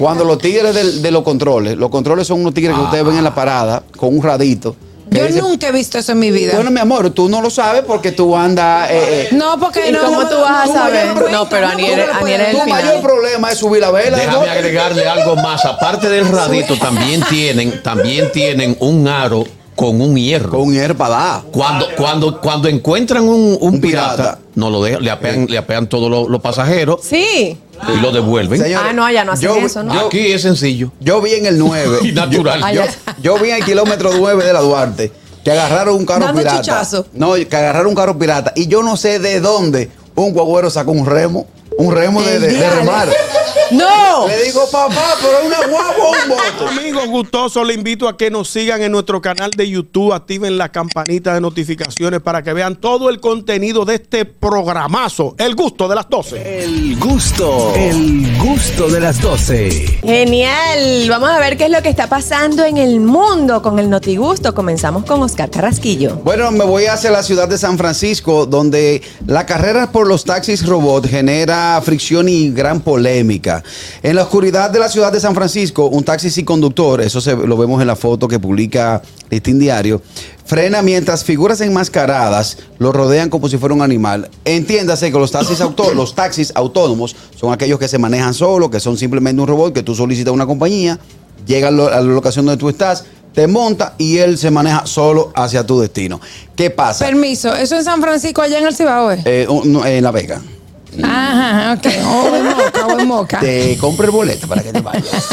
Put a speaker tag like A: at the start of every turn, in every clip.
A: Cuando los tigres del- de los controles, los controles son unos tigres que ustedes ven en la parada con un radito. que
B: Yo
A: dice,
B: nunca he visto eso en mi vida.
A: Bueno, mi amor, tú no lo sabes porque tú andas. eh, eh,
B: no, porque
C: ¿Y
B: no.
C: cómo
B: no,
C: tú
B: no,
C: vas
B: no,
C: a saber?
B: no, no,
C: No, pero
B: no,
C: Aniel-
B: no, no, no,
C: Aniel es
B: no,
C: el
A: tu
B: no,
C: final.
A: mayor problema es subir la vela.
D: Déjame
A: ¿no?
D: agregarle algo más. Aparte del radito, también tienen, también tienen un aro con un hierro.
A: Con
C: Ah,
A: herpadá.
D: Cuando, cuando, cuando encuentran un, un
A: Un pirata.
D: pirata, no lo dejan, le apean, le apean todos los, los pasajeros
C: Sí.
D: y lo devuelven.
A: Señores,
C: Ah, no, allá no hacen
A: yo-
C: eso, ¿no?
A: yo-
D: Aquí es sencillo.
A: Yo vi en el 9.
D: Y natural.
A: Yo, yo- yo vi en el kilómetro 9 de la Duarte que agarraron un carro
C: Dando
A: pirata.
C: chichazo.
A: No, que agarraron un carro pirata. Y yo no sé de dónde un guagüero sacó un remo. Un remo de, de, de remar.
C: ¡No!
A: Le digo, papá, pero es una guagua o un bote.
E: Amigos gustosos, le invito a que nos sigan en nuestro canal de YouTube, activen la campanita de notificaciones para que vean todo el contenido de este programazo, El Gusto de las 12.
F: El gusto, el gusto de las 12.
C: Genial. Vamos a ver qué es lo que está pasando en el mundo con el Notigusto. Comenzamos con Oscar Carrasquillo.
A: Bueno, me voy hacia la ciudad de San Francisco, donde la carrera por los taxis robot genera fricción y gran polémica. En la oscuridad de la ciudad de San Francisco, un taxi sin conductor, eso se, lo vemos en la foto que publica Listín Diario, frena mientras figuras enmascaradas lo rodean como si fuera un animal. Entiéndase que los taxis, auto- los taxis autónomos son aquellos que se manejan solos, que son simplemente un robot que tú solicitas a una compañía, llega a lo- a la locación donde tú estás, te monta y él se maneja solo hacia tu destino. ¿Qué pasa?
B: Permiso, eso en San Francisco, allá en el Cibao. ¿eh?
A: Eh, un- no, en La Vega.
B: Ajá, ok. O en Moca, o en Moca.
A: Te compro el boleto para que te vayas.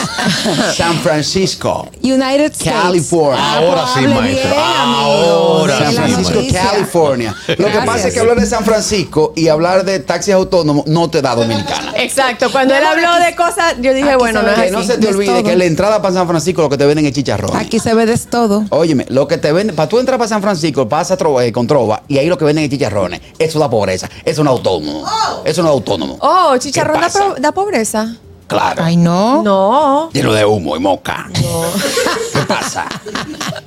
A: San Francisco.
B: United States.
A: California.
B: Ah,
D: Ahora sí,
B: pues, hable
D: maestra.
B: bien, amigo.
D: Ahora
B: Sí,
A: San
D: sí,
B: la
A: Francisco,
B: noticia.
A: California. Lo que
B: Gracias.
A: pasa es que hablar de San Francisco y hablar de taxis autónomos no te da dominicana.
C: Exacto. Cuando él habló de cosas, yo dije,
B: aquí
C: bueno,
B: se
C: no
B: ve
C: es
A: Que
C: así.
A: no
B: sí,
A: se te
B: es
A: olvide
B: todo.
A: que la entrada para San Francisco lo que te venden es chicharrón.
B: Aquí se ve de todo.
A: Óyeme, lo que te venden, para tú entrar para San Francisco, pasa tro- eh, con trova y ahí lo que venden es chicharrones. Eso da pobreza, es un autónomo. Es un autónomo.
C: Oh, chicharrón
A: ¿Qué
C: da,
A: pasa?
C: pro- da pobreza.
A: Claro.
B: Ay, no.
C: No.
A: Lleno de humo y moca. ¿Qué pasa?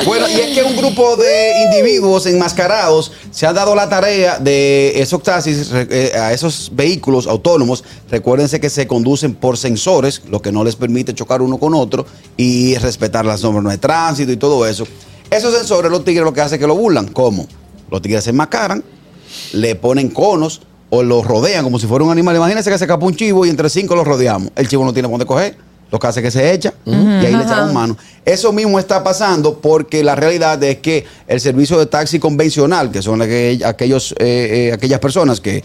A: Bueno, y es que un grupo de individuos enmascarados se han dado la tarea de esos taxis, re- eh, a esos vehículos autónomos. Recuérdense que se conducen por sensores, lo que no les permite chocar uno con otro y respetar las normas de tránsito y todo eso. Esos sensores, los tigres lo que hacen es que lo burlan. ¿Cómo? Los tigres se enmascaran, le ponen conos o los rodean como si fuera un animal. Imagínense que se escapó un chivo y entre cinco los rodeamos. El chivo no tiene por dónde coger. Lo que hace es que se echa y ahí le echamos mano. Eso mismo está pasando porque la realidad es que el servicio de taxi convencional, que son aquel- aquellos, eh, eh, aquellas personas que, eh,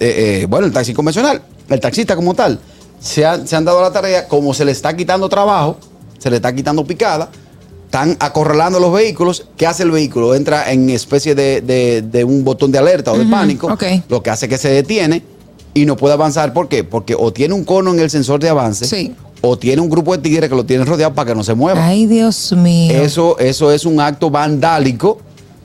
A: eh, bueno, el taxi convencional, el taxista como tal, se, han- se han dado la tarea, como se le está quitando trabajo, se le está quitando picada, están acorralando los vehículos. ¿Qué hace el vehículo? Entra en especie de, de- de un botón de alerta o de pánico,
B: ok.
A: lo que hace que se detiene y no puede avanzar. ¿Por qué? Porque o tiene un cono en el sensor de avance
B: Sí.
A: o tiene un grupo de tigres que lo tienen rodeado para que no se mueva.
B: Ay, Dios mío.
A: Eso, eso es un acto vandálico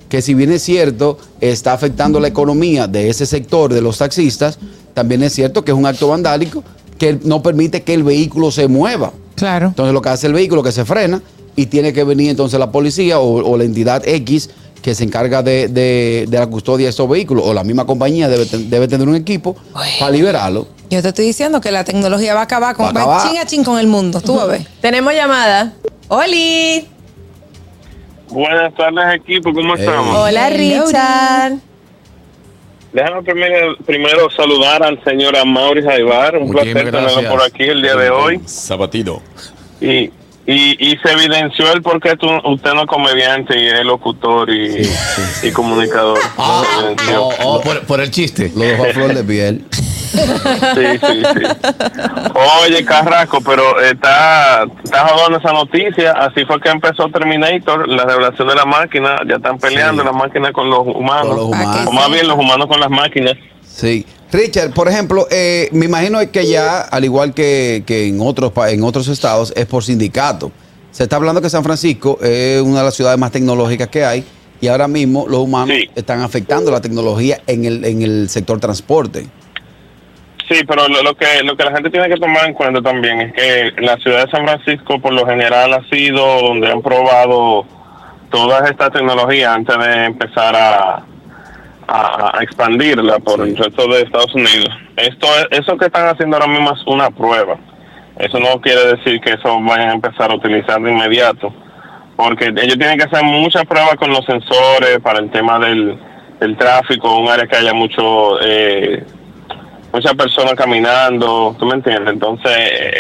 A: que si bien es cierto, está afectando la economía de ese sector de los taxistas, también es cierto que es un acto vandálico que no permite que el vehículo se mueva.
B: Claro.
A: Entonces lo que hace el vehículo que se frena y tiene que venir entonces la policía o, o la entidad X que se encarga de, de- de la custodia de estos vehículos o la misma compañía debe, ten- debe tener un equipo para liberarlo.
B: Yo te estoy diciendo que la tecnología va a acabar con
A: Va a acabar.
B: chin a chin con el mundo. Tú vas a ver.
C: Tenemos llamada. ¡Oli!
G: Buenas tardes, equipo. ¿Cómo
A: Hey.
G: estamos?
C: Hola,
B: Hello.
C: Richard.
G: Déjame primero, primero saludar al señor Amaury Jaibar. Un placer tenerlo por aquí el día de hoy.
D: Sabatino.
G: Y, y, y se evidenció el por qué tú- usted no es comediante y es locutor y, y comunicador.
D: Ah,
G: Se evidenció.
D: oh, oh, por, por el chiste.
A: Lo dejó a flor de piel.
G: Sí, sí, sí. Oye, Carrasco, pero eh, está, está jodando esa noticia. Así fue que empezó Terminator, la revelación de la máquina. Ya están peleando
A: Sí.
G: las máquinas con los humanos.
A: Con los humanos.
G: O más bien los humanos con las máquinas.
A: Sí. Richard, por ejemplo, eh, me imagino que ya, al igual que, que en, otros, pa- en otros estados, es por sindicato. Se está hablando que San Francisco es una de las ciudades más tecnológicas que hay y ahora mismo los humanos
G: Sí.
A: están afectando la tecnología en el, en el sector transporte.
G: Sí, pero lo, lo que lo que la gente tiene que tomar en cuenta también es que la ciudad de San Francisco por lo general ha sido donde han probado todas estas tecnologías antes de empezar a, a- a expandirla por el resto de Estados Unidos. Esto es- eso que están haciendo ahora mismo es una prueba. Eso no quiere decir que eso vayan a empezar a utilizar de inmediato, porque ellos tienen que hacer muchas pruebas con los sensores para el tema del, del tráfico, un área que haya mucho eh, muchas personas caminando, ¿tú me entiendes? Entonces,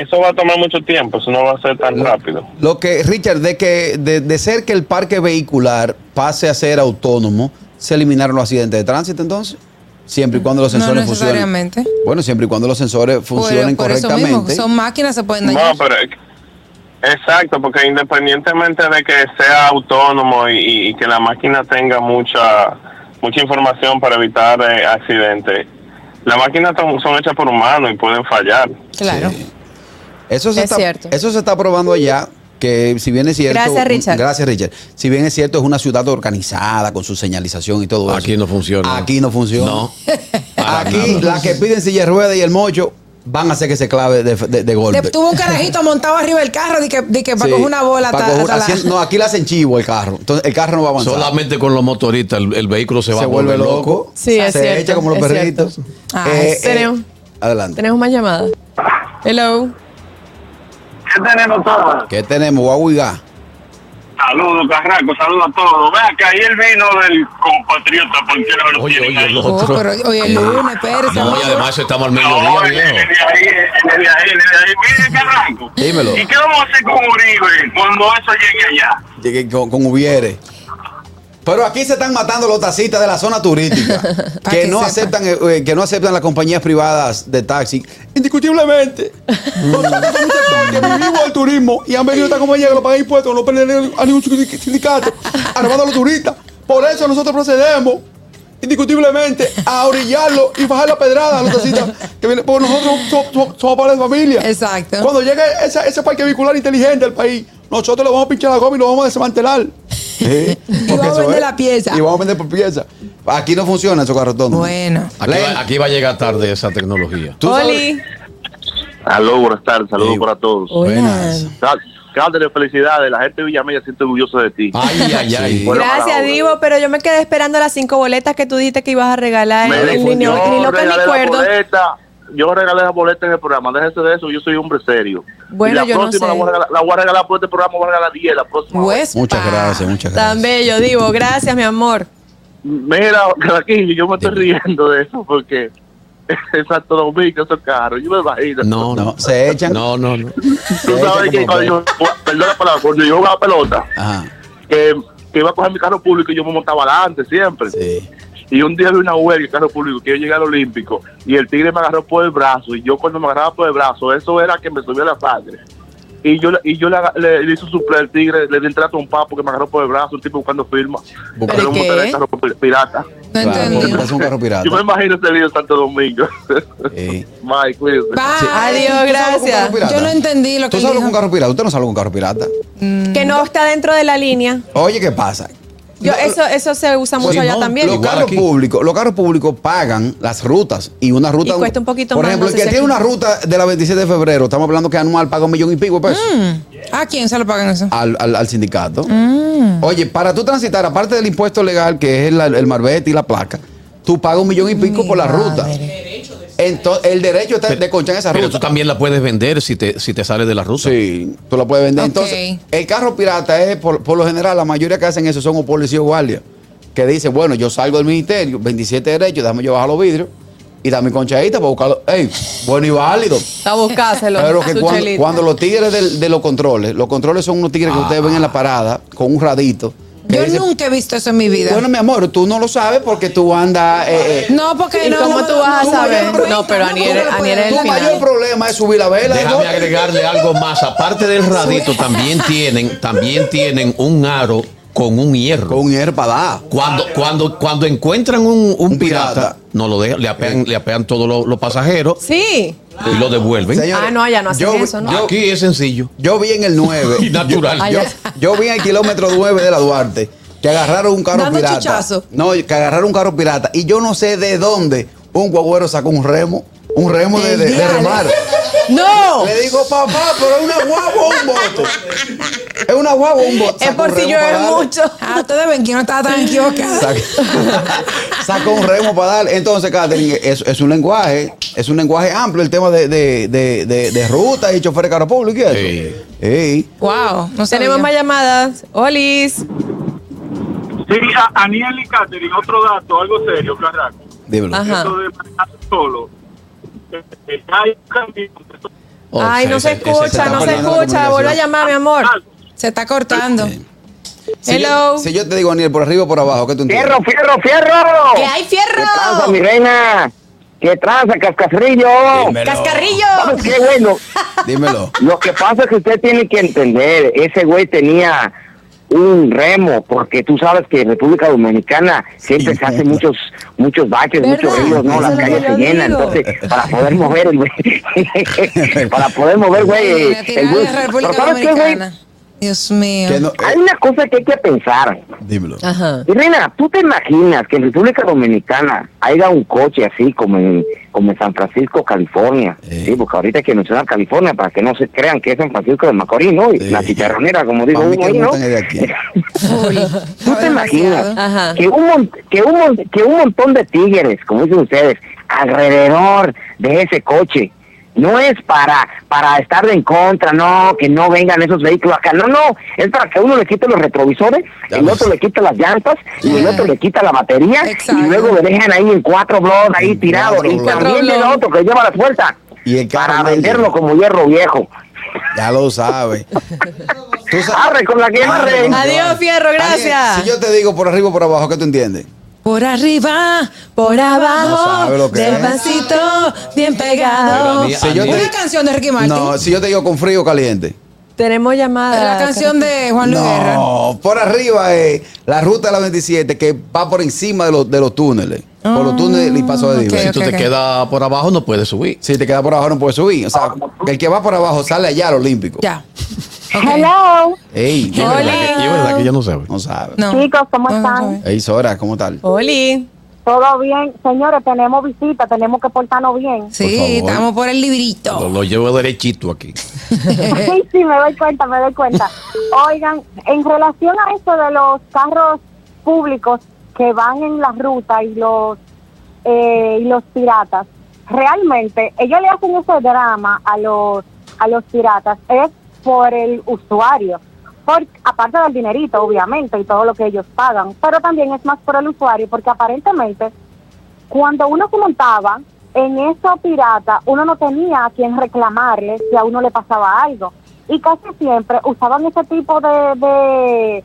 G: eso va a tomar mucho tiempo, eso no va a ser tan rápido.
A: Lo que, Richard, de que de, de ser que el parque vehicular pase a ser autónomo, ¿se eliminaron los accidentes de tránsito entonces? Siempre y cuando los
B: No
A: sensores funcionen.
B: necesariamente.
A: Bueno, siempre y cuando los sensores funcionen
B: por, por eso
A: correctamente.
B: mismo, son máquinas, se pueden
G: No,
B: dañar.
G: pero exacto, porque independientemente de que sea autónomo y- y, y que la máquina tenga mucha mucha información para evitar eh, accidentes, las máquinas son, son hechas por humanos y pueden fallar.
B: claro.
A: Eso se,
C: Es
A: está,
C: cierto.
A: eso se está probando allá, que si bien es cierto...
C: Gracias, Richard.
A: Gracias, Richard. Si bien es cierto, es una ciudad organizada, con su señalización y todo eso.
D: Aquí no funciona.
A: Aquí no funciona.
D: No. Para
A: Aquí
D: nada.
A: las que piden silla de ruedas y el mocho van a hacer que se clave de, de- de golpe.
B: Le- tuvo un carajito montado arriba del carro de que, di que para
A: Sí,
B: coger una bola.
A: para
B: hasta-
A: coger-
B: hasta la-
A: haciendo- no, aquí la hacen chivo el carro. Entonces el carro no va a avanzar.
D: Solamente con los motoristas el, el vehículo se va
A: se
D: a
A: vuelve
D: volver
A: loco.
D: loco.
C: Sí, es
A: se
C: cierto,
A: echa como los
C: es
A: perritos. Eh,
C: cierto.
B: Ah,
C: tenemos-
A: adelante.
C: Tenemos más llamadas. Hello.
G: ¿Qué tenemos todos?
A: ¿Qué tenemos? Guaguigá.
G: Saludos, Carraco, saludos a todos. Ve acá, y el vino del compatriota, porque no lo
D: Oye,
G: tienen
D: oye,
G: ahí.
D: el
B: Oh,
D: otro.
B: pero hoy es
D: Eh,
B: lunes, espérese,
D: No, y
B: amigo.
D: además estamos al
G: No,
D: mediodía,
G: ni de ahí,
D: viejo.
G: ni de ahí, ni de ahí. Mire, Carranco.
A: Dímelo.
G: ¿Y qué vamos a hacer con Uribe cuando eso llegue allá?
A: Llegué con, con Hubiere. Pero aquí se están matando los taxistas de la zona turística
B: Pa'
A: que,
B: que
A: no
B: sepa.
A: aceptan eh, que no aceptan las compañías privadas de taxi indiscutiblemente. Mm. Nosotros somos un sector que vivimos del turismo y han venido esta compañía que lo pagan impuestos, no pertenecen a ningún sindic- sindicato, armando a los turistas. Por eso nosotros procedemos indiscutiblemente a orillarlo y bajar la pedrada a los taxistas que vienen por nosotros somos, somos, somos padres de familia.
B: Exacto.
A: Cuando llegue esa- ese parque vehicular inteligente del país, nosotros le vamos a pinchar la goma y lo vamos a desmantelar.
B: Y vamos a vender la pieza.
A: Y vamos a vender por pieza. Aquí no funciona esos carros autónomos.
B: Bueno.
D: Aquí
A: Len.
D: va, aquí va a llegar tarde esa tecnología.
A: Tú sabes-
C: Oli.
H: Aló, buenas tardes, saludos
A: Ey.
H: para todos.
A: Buenas.
H: Cal- Cándale, felicidades, la gente de Villamella siente orgullosa de ti.
D: Ay, ay, ay.
H: Bueno,
C: Gracias,
H: para la
C: Divo, pero yo me quedé esperando las cinco boletas que tú dijiste que ibas a regalar.
H: Me
C: en
H: dijo,
C: ni, ni-
H: yo
C: ni loca ni
H: regalé la
C: cuerdo.
H: boleta, yo regalé la boleta en el programa, déjese de eso, yo soy hombre serio.
C: Bueno,
H: y la
C: yo no
H: próxima
C: sé. Pues.
H: la, voy a regalar, la voy a regalar por este programa, voy a regalar 10 la próxima.
B: Huespa.
A: Muchas gracias, muchas
C: ah,
A: gracias.
C: Tan bello, Divo. Gracias, mi amor.
H: Mira, Raquillo, yo me estoy riendo de eso porque es Santo Domingo, esos carros, yo me imagino.
D: No, no.
A: No, se echan.
D: No, no, no.
H: Tú
A: se echan
H: sabes que
A: como
H: cuando yo, perdón la palabra, cuando yo jugaba pelota,
A: Ajá,
H: que, que iba a coger mi carro público y yo me montaba adelante siempre.
A: sí.
H: Y un día vi una huelga en carro público que yo llegué al Olímpico y el tigre me agarró por el brazo y yo cuando me agarraba por el brazo, eso era que me subía la sangre. Y yo, le- y yo le, aga- le- le hice un suple al tigre, le di entrada a un papo que me agarró por el brazo, un tipo buscando firma.
C: ¿Pero
H: Era un
C: qué?
H: motor de carro pi- pirata.
B: No
A: Claro,
B: entendí.
A: porque es un carro pirata.
H: Yo me imagino ese video en Santo Domingo.
A: Sí.
H: Mike, cuídate.
B: Va,
A: Sí.
C: Adiós,
A: ¿Tú sabes
C: gracias.
A: con carro pirata?
B: Yo no entendí lo que
A: ¿Tú sabes
B: dijo.
A: con carro pirata? Usted no sabe con carro pirata.
C: Que no está dentro de la línea.
A: Oye, ¿qué pasa?
C: Yo, eso, eso se usa mucho
D: Sí,
C: allá
D: no,
C: también.
A: Los
D: Igual
A: carros
D: aquí.
A: públicos, los carros públicos pagan las rutas y una ruta.
C: Y cuesta un poquito
A: Por
C: más,
A: ejemplo, el
C: no sé
A: que
C: si
A: tiene
C: aquí.
A: una ruta de la 27 de febrero, estamos hablando que anual paga un millón y pico de pesos
C: Mm.
B: ¿A quién se lo pagan eso?
A: al, al- al sindicato.
C: Mm.
A: Oye, para tú transitar, aparte del impuesto legal que es la- el marbete y la placa, tú pagas un millón y pico
B: Mi
A: por la ruta.
B: madre.
A: Entonces, el derecho está de conchar esa
D: Pero tú
A: ruta.
D: también la puedes vender si te, si te sale de la ruta.
A: Sí, tú la puedes vender.
B: Ok.
A: Entonces, el carro pirata es, por, por lo general, la mayoría que hacen eso son o policías o guardias, que dicen, bueno, yo salgo del ministerio, 27 derechos, déjame yo bajar los vidrios y dame mi conchadita para buscarlo. ¡Ey! Bueno y válido.
C: A buscárselo.
A: Pero
C: a
A: que
C: su
A: cuando,
C: chelito.
A: cuando los tigres del- de los controles, los controles son unos tigres que ustedes ven en la parada con un radito. que
B: Yo
A: dicen,
B: nunca he visto eso en mi vida.
A: Bueno, mi amor, tú no lo sabes porque tú andas. eh, eh,
B: no, porque
C: ¿Y
B: no.
C: cómo
B: no,
C: tú
B: no,
C: vas a
B: no,
C: saber?
B: no, no,
C: No, pero
B: no,
C: Aniel-
B: no, no, no,
C: Aniel es
A: tu
B: no,
C: el
B: no,
A: mayor
C: final.
A: problema es subir la vela.
D: Déjame
A: entonces-
D: agregarle algo más. Aparte del radito, también tienen, también tienen un aro con un hierro.
A: Con herpada.
D: Cuando, cuando, cuando encuentran un, un
A: Un pirata.
D: pirata, no lo dejan, le apean, le apean todos los, los pasajeros
C: Sí.
D: y lo devuelven.
A: Señores,
C: Ah, no, allá no hacen
A: yo-
C: eso, ¿no?
A: yo-
D: Aquí es sencillo.
A: Yo vi en el 9.
D: Y natural.
A: Yo, yo- yo vi en el kilómetro 9 de la Duarte que agarraron un carro
B: Dando
A: pirata.
B: chichazo.
A: No, que agarraron un carro pirata. Y yo no sé de dónde un guagüero sacó un remo. un remo de, de- de
B: Diablo.
A: remar.
C: ¡No!
A: Le digo, papá, pero es una guagua o un bote. Es una guagua o un bote.
C: Es
A: Saca
C: por
A: un
C: si
A: remo
C: llueve
A: para darle.
C: mucho.
B: Ah, ustedes ven que yo no estaba tan equivocada.
A: Saca, saca un remo para dar. Entonces, Catherine, es, es un lenguaje, es un lenguaje amplio el tema de, de, de, de, de rutas y choferes de carro público y eso.
D: Sí.
A: Ey.
B: Wow, no sabía.
C: Tenemos más llamadas. Olis.
H: Sí, a, Aniel y Catherine, otro dato, algo serio, Carraco.
A: Dímelo.
C: Ajá.
H: Eso de manejar solo. Eh, eh, hay un cambio, eso-
D: O
C: Ay,
D: sea,
C: no se
D: Oh, ese- ese
C: escucha,
D: está
C: no se
A: perdiendo
D: perdiendo.
A: la
C: escucha. Vuelve a
A: comunicación.
C: llamar, mi amor.
I: Ah,
H: algo.
B: Se está cortando.
A: Si
C: Hello.
A: Yo, si yo te digo, Aniel, por arriba o por abajo, ¿qué tú entiendes?
I: ¡Fierro, fierro, fierro!
C: ¡Que hay
I: ¿Qué tranza, mi
C: fierro!
I: reina? ¿Qué tranza, cascafrillo?
A: Dímelo.
I: ¿Sabes
C: ¡Cascarrillo!
I: qué, güey? Lo,
A: Dímelo.
I: lo que pasa es que usted tiene que entender, ese güey tenía un remo, porque tú sabes que en República Dominicana siempre se hacen muchos muchos baches,
C: ¿Verdad?
I: muchos ríos, ¿no?
C: Eso
I: Las
C: es lo
I: calles
C: que
I: se
C: yo
I: llenan,
C: digo.
I: entonces, para poder mover el güey, para poder mover, güey,
B: Mira,
I: el
B: tirada
I: güey.
B: de
I: Pero
B: República
I: ¿sabes qué, güey?
B: Dominicana. Dios mío.
A: Que no- eh,
I: Hay una cosa que hay que pensar.
A: dímelo.
B: Ah.
C: Ajá.
I: Y Reina, ¿tú te imaginas que en República Dominicana haya un coche así como en, como en San Francisco, California?
A: Eh.
I: Sí, porque ahorita hay que mencionar California para que no se crean que es San Francisco de Macorís, ¿no? Y
A: Eh.
I: La chicharronera, como digo
A: Para mí
I: uno
A: que
I: ahí, ¿no?
A: montan es de aquí.
I: ¿Tú te imaginas
C: Ajá.
I: que un, mon- que, un, mon- que un montón de tigres, como dicen ustedes, alrededor de ese coche? No es para para estar en contra, no, que no vengan esos vehículos acá. No, no, es para que uno le quite los retrovisores,
A: Ya
I: el
A: ves.
I: otro le quita las llantas y el
B: Ya.
I: otro le quita la batería
B: Exacto.
I: y luego le dejan ahí en cuatro blogs ahí
A: En
I: tirado
A: cuatro
I: y
A: blogs.
I: también
C: Cuatro
I: el
C: blogs.
I: otro que lleva las puertas
A: Y el carro
I: para
A: no
I: venderlo
A: llega.
I: como hierro viejo.
A: Ya lo sabes. Tú sa-
I: Arre con la que
A: Arre
I: arre.
A: con la que
C: Adiós,
A: arre.
C: fierro,
A: Aniel,
C: gracias.
A: Si yo te digo por arriba o por abajo, ¿qué tú entiendes?
B: Por arriba, por
A: No sabe lo
B: abajo,
A: que es.
B: despacito, bien
D: Pero a
B: pegado.
D: mí- a
A: yo
D: mí-
A: te-
B: Una canción de Ricky Martin.
A: No, si yo te digo con frío o caliente.
C: Tenemos llamadas.
B: la canción de Juan Luis Guerra.
A: No, por arriba es la ruta de la 27 que va por encima de los, de los túneles. por los túneles y paso de
B: Ah, ok,
A: nivel.
D: Si tú
B: ok,
D: te
B: ok.
D: quedas por abajo, no puedes subir.
A: Si te quedas por abajo no puedes subir. O sea, que el que va por abajo sale allá al Olímpico.
B: Ya. Ok.
J: Hello,
A: Ey,
D: Y es verdad
C: Hola.
D: que- y es verdad que ya no sabe.
A: no sabe.
B: No.
J: chicos, ¿cómo
B: No, no
J: están?
B: sabe.
A: Ey, Sora, ¿cómo tal?
C: Oli.
J: ¿Todo bien? Señores, tenemos visita, tenemos que portarnos bien.
B: Sí,
D: favor.
B: estamos por el
D: Lo,
B: librito.
D: lo llevo derechito aquí.
J: Sí, sí, me doy cuenta, me doy cuenta. Oigan, en relación a eso de los carros públicos que van en la ruta y los eh, y los piratas, realmente ellos le hacen ese drama a los a los piratas es por el usuario, por aparte del dinerito, obviamente, y todo lo que ellos pagan, pero también es más por el usuario, porque aparentemente cuando uno se montaba en eso pirata, uno no tenía a quien reclamarle si a uno le pasaba algo. Y casi siempre usaban ese tipo de, de,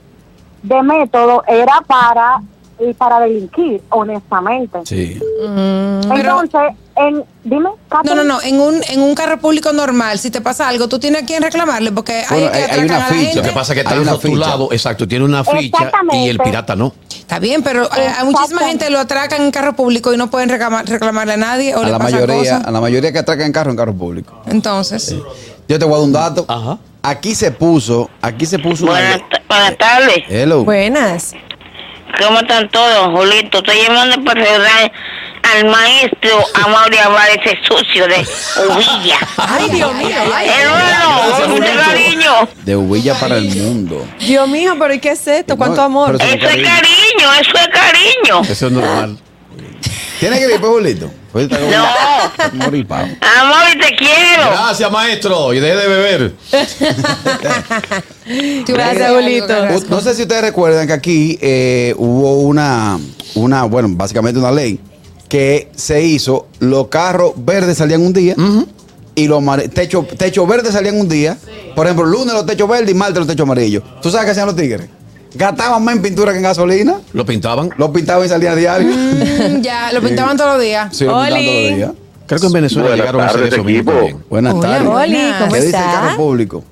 J: de método, era para, y para delinquir, honestamente.
A: Sí.
B: Pero-
J: Entonces, en, dime,
B: No,
J: Catherine.
B: no, no. En un, en un carro público normal, si te pasa algo, tú tienes a quien reclamarle porque
A: Bueno,
B: hay
A: hay-
B: que
A: hay
B: atracan
A: una
B: a la
A: ficha.
D: Lo
B: gente.
D: que pasa es que
A: Hay
D: está
A: una
D: rotulado, exacto, tiene una ficha y el
J: Exactamente.
D: pirata no.
B: Está bien, pero eh, a muchísima
J: Exacto.
B: gente lo atracan en carro público y no pueden reclamar- reclamarle a nadie o
A: A
B: le
A: la
B: pasa
A: mayoría, a
B: cosas.
A: la mayoría que atracan en carro en carro público.
B: Entonces,
A: Yo te voy a dar un dato.
D: Ajá.
A: Aquí se puso, aquí se puso una
K: Buenas,
A: ley.
K: ta- buenas tardes.
A: Hello.
C: Buenas.
K: ¿Cómo están todos, Julito? Estoy llamando para saludar al maestro Amaury Álvarez, ese sucio de Uvilla.
C: Ay, Dios mío. ay,
K: Hermano, un cariño.
A: De Huilla para el mundo.
C: Dios mío, pero ¿y qué es esto? ¿Cuánto
A: No,
C: amor?
A: pero-
K: Eso es cariño, eso es cariño.
D: Eso es normal.
A: ¿Tienes gripe, pues, Julito?
K: No.
A: Morir, pavo.
K: Amaury, te quiero.
D: Gracias, maestro. Y deje de beber.
B: te iba a decir
C: Gracias,
B: algo,
C: Julito.
B: Carrasco.
A: U- No sé si ustedes recuerdan que aquí eh, hubo una, una, bueno, básicamente una ley que se hizo, los carros verdes salían un día y los amare- techo, techo verde salían un día. Por ejemplo, lunes los techos verdes y martes los techos amarillos. ¿Tú sabes qué hacían los tigres? Gastaban más en pintura que en gasolina,
D: Lo pintaban.
A: los pintaban y salían a diario.
B: Mm, ya, lo pintaban todos los días.
A: Sí, los pintaban
C: Oli.
A: todos los días.
D: Creo que en Venezuela
H: Buenas
D: llegaron a hacer
H: tardes,
D: eso mismo
H: equipo.
D: también.
A: Buenas
B: Hola,
A: tardes.
B: hola.
C: Oli, ¿cómo
A: ¿Qué dice el
C: está?
A: carro pues? público?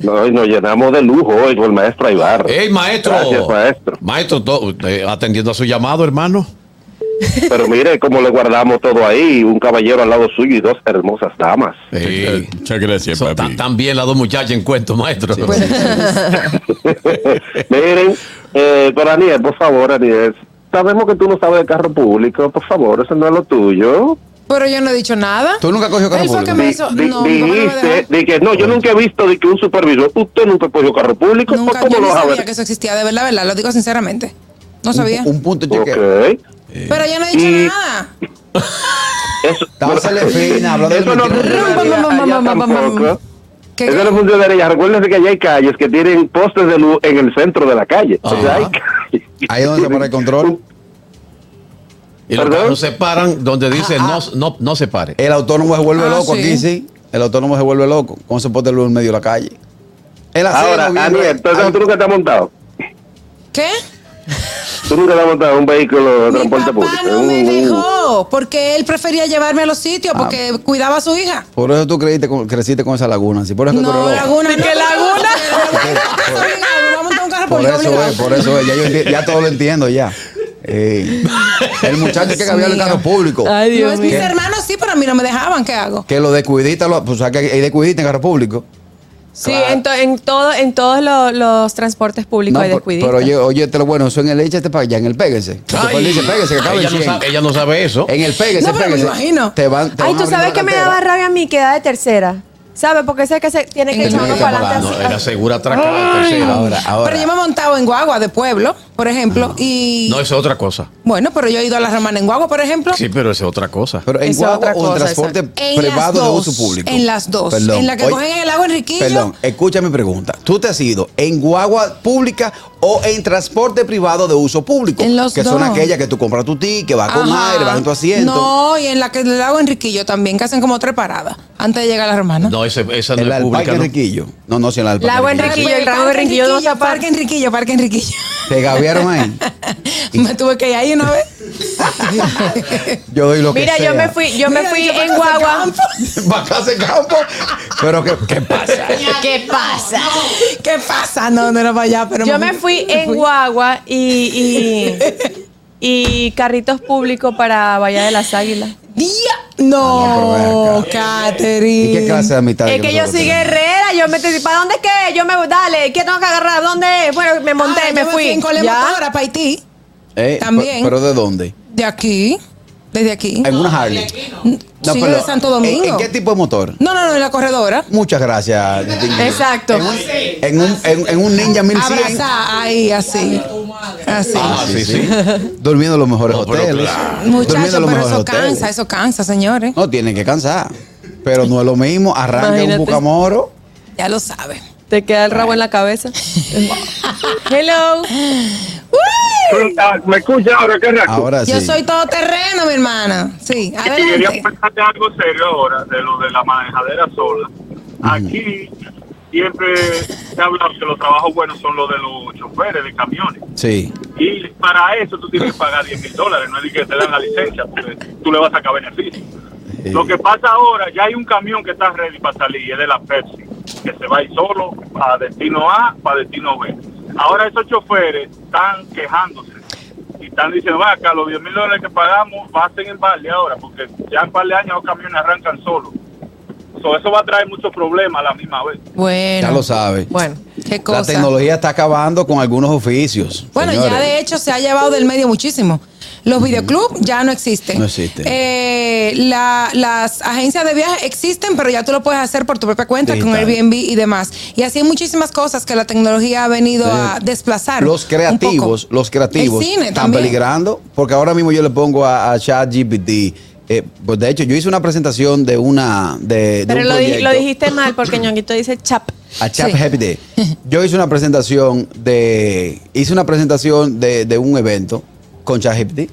H: No, y nos llenamos de lujo hoy con el maestro Aybar.
D: ¡Ey, maestro!
H: Gracias, maestro.
D: Maestro, to- eh, atendiendo a su llamado, hermano.
H: Pero mire cómo le guardamos todo ahí, un caballero al lado suyo y dos hermosas damas.
E: eh,
D: Ey,
L: Muchas gracias,
D: so-
L: papi.
D: tan, tan bien las dos muchachas en cuento, maestro.
H: Miren, eh, pero Aniel, por favor, Aniel, sabemos que tú no sabes de carro público, por favor, eso no es lo tuyo.
B: Pero yo no he dicho nada.
A: ¿Tú nunca has cogido carro
B: Él fue que
A: público?
B: me hizo.
A: Di-
B: No, mi papá no me
M: Dijiste
B: dejó.
M: de que no, yo nunca he visto de que un supervisor, usted nunca ha cogido carro público, pues,
B: Nunca,
M: ¿cómo
B: yo
M: lo
B: no
M: vas a
B: sabía
M: ver?
B: que eso existía, de verdad, verdad, lo digo sinceramente. No sabía.
A: Un punto
M: Ok.
B: Pero yo no he dicho
M: Y-
B: nada.
M: Eso,
A: Tábasele fina, habla de
M: eso no
A: mentira.
M: funciona
B: Rum,
M: allá
B: bum, bum, bum, bum, bum, bum.
M: tampoco.
B: ¿Qué-
M: Eso
B: qué?
M: no funciona allá. Recuérdense que allá hay calles que tienen postes de luz en el centro de la calle. O sea, hay calles.
A: Ahí es donde se pone el control.
D: Y los
M: ¿Perdón?
D: carros se paran donde dice no, no, no se pare.
A: El autónomo se vuelve
B: Ah,
A: loco
B: sí.
A: aquí, sí. El autónomo se vuelve loco. ¿Cómo se puede luz en medio de la calle? El acero
M: Ahora,
A: viene-
M: Aniel, entonces
A: Ay,
M: tú nunca te has montado.
B: ¿Qué?
M: Tú nunca te has montado en un vehículo de
B: Mi
M: transporte
B: papá
M: público. Uh,
B: no me
M: Un- un-
B: dejó porque él prefería llevarme a los
A: Ah.
B: sitios porque cuidaba a su hija.
A: Por eso tú creíste con- creciste con esa laguna. Sí, por eso es que tú eres
B: No,
A: loco.
B: Laguna.
C: ¿De qué Laguna?
B: Vamos a montar un carro
A: Por
B: público
A: eso es,
B: obligado.
A: por eso es. Ya, yo enti- ya todo lo entiendo ya. Eh, el muchacho que
B: Dios
A: cabía el
B: mío.
A: carro público.
C: Ay,
B: No,
C: Dios
B: es
C: mío.
B: mis hermanos sí, pero a mí no me dejaban. ¿Qué hago?
A: Que lo descuidita, lo, pues ¿sabes que hay descuidita en carro público.
C: Sí,
A: Claro.
C: en, to- en todo, en todos lo- los transportes públicos
A: No,
C: hay
A: pero,
C: descuidistas.
A: pero oye, oye, te lo bueno, eso en el échate para allá, en el péguense.
D: Ay,
A: Después le dice, péguense, que cabe
D: ella,
A: el
D: no
A: 100.
D: sabe, ella no sabe eso.
A: En el péguense,
B: No, pero me
A: péguense.
B: imagino.
A: Te van, te
C: Ay,
A: van
C: tú
A: abriendo
C: sabes
A: la
C: que me
A: cartera.
C: daba rabia a mí quedar de tercera. ¿Sabes? Porque sé que se tiene que
B: En
C: echar uno
B: el-
C: para adelante
D: No,
C: así.
D: era segura atracada, tercera.
A: Ahora, ahora.
B: Pero yo me he montado en guagua de pueblo, por ejemplo, y...
D: No, eso es otra cosa.
B: Bueno, pero yo he ido a la romana en guagua, por ejemplo.
D: Sí, pero eso es otra cosa.
A: Pero en
C: Eso es
A: guagua
C: otra
A: o en
C: cosa,
A: transporte
B: exacto. En
A: privado
B: las
A: de
B: dos,
A: uso público.
B: en las dos. En la que
A: oye,
B: cogen en el lago Enriquillo.
A: Perdón, escucha mi pregunta. ¿Tú te has ido en guagua pública o en transporte privado de uso público?
B: En los
A: que son
B: dos.
A: aquellas que tú compras tu ticket, vas con
B: Ajá.
A: aire, vas en tu asiento.
B: No, y en la que le hago Enriquillo también, que hacen como tres paradas antes de llegar a la romana.
D: No, ese- esa no
A: En la
D: es
A: del Parque
D: pública. ¿no?
A: Enriquillo. No, no, si en la del Parque
C: Lago
A: Enriquillo.
C: Enriquillo, el Lago
B: Parque
C: Enriquillo,
B: Enriquillo,
C: no se
B: Parque Enriquillo, Parque Enriquillo.
A: Te gabearon ahí.
B: me tuve que ir ahí una vez.
A: Yo doy lo que
C: Mira, yo
A: sea.
C: me fui, yo me
B: Mira,
C: fui
B: yo pasé
C: en guagua.
B: campo.
A: Vacas en campo. Pero ¿qué, qué pasa?
C: ¿Qué pasa?
B: ¿Qué pasa? No, no era para allá, pero
C: Yo me fui en guagua y, y, y carritos públicos para Bahía de las Águilas.
B: Día.
A: Ah, no,
B: No,
A: pero ven acá.
B: Catherine.
A: ¿Y qué clase de amistad?
C: Es que yo
A: nosotros
C: soy
A: tenemos?
C: guerrera, yo me ¿para dónde es que? Yo me voy, dale, ¿qué tengo que agarrar? ¿Dónde? es? Bueno, me monté,
B: Ahora,
C: me
B: Ah, yo
C: fui.
B: en Colemotora
C: ¿Ya?
B: para Haití.
A: Eh,
B: También.
A: ¿Pero de dónde?
B: De aquí. Desde aquí.
A: En una Harley.
B: Sí, de
A: perdón.
B: Santo
A: ¿En-
B: Domingo.
A: ¿En, qué tipo de motor?
B: No, no, no, en la corredora.
A: Muchas gracias. distinguido.
C: Exacto.
A: En un, en un, en- en un Ninja Ah, 1100.
B: Abrazada, ahí, así. Así.
D: Ah, sí, sí.
A: Durmiendo en los mejores
D: No, pero
A: hoteles.
D: claro.
A: Durmiendo
B: Muchachos,
A: en los
B: pero
A: mejores
B: eso
A: hoteles.
B: cansa, eso cansa, señores.
A: No, tienen que cansar. Pero no es lo mismo. Arranca
C: Imagínate.
A: un bucamoro.
B: Ya lo saben.
C: Te queda el rabo en la cabeza. Hello.
M: Ah, ¿Me escucha ahora, qué raco?
A: Ahora sí.
B: Yo soy todoterreno, mi hermana. Sí,
N: Y quería
B: adelante.
N: comentarte algo serio ahora de lo de la manejadera sola. Aquí siempre se ha hablado que los trabajos buenos son los de los choferes de camiones.
A: Sí.
N: Y para eso tú tienes que pagar 10 mil dólares, no es de que te dan la licencia, porque tú le vas a sacar beneficio. Lo que pasa ahora, ya hay un camión que está ready para salir, es de la Pepsi, que se va a ir solo para destino A, para destino B. Ahora esos choferes están quejándose y están diciendo, va acá, los 10 mil dólares que pagamos va a ser en par de ahora, porque ya en par de años los camiones arrancan solos. So, eso va a traer muchos problemas a la misma vez.
B: Bueno.
A: Ya lo sabe.
C: Bueno,
B: Qué
A: La
B: cosa.
A: tecnología está acabando con algunos oficios.
B: Bueno, ya
A: señores.
B: de hecho se ha llevado del medio muchísimo. Los videoclubs ya no existen.
A: No existen.
B: Eh, la- las agencias de viaje existen, pero ya tú lo puedes hacer por tu propia cuenta con
A: Digital.
B: Airbnb y demás. Y así hay muchísimas cosas que la tecnología ha venido a
A: Señor,
B: desplazar.
A: Los
B: un
A: creativos,
B: poco.
A: los creativos
B: El cine
A: están
B: también.
A: peligrando porque ahora mismo yo le pongo a, a ChatGPT. eh, pues de hecho, yo hice una presentación de una de, de
C: pero
A: un
C: lo, di-
A: proyecto
C: lo dijiste mal porque Ñonguito dice chap.
A: a
B: Sí.
A: ChatGPT. Yo hice una presentación de hice una presentación de, de un evento con ChatGPT.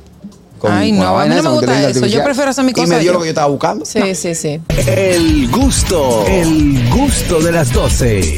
A: con-
B: Ay,
A: con
B: no,
A: la
B: a mí
A: vaina esa,
B: no me
A: con
B: gusta
A: inteligencia
B: eso. Yo
A: artificial,
B: prefiero hacer mi
A: Y
B: cosa
A: me dio
B: yo.
A: lo que yo estaba buscando.
C: Sí, sí, sí.
O: El gusto, el gusto de las 12.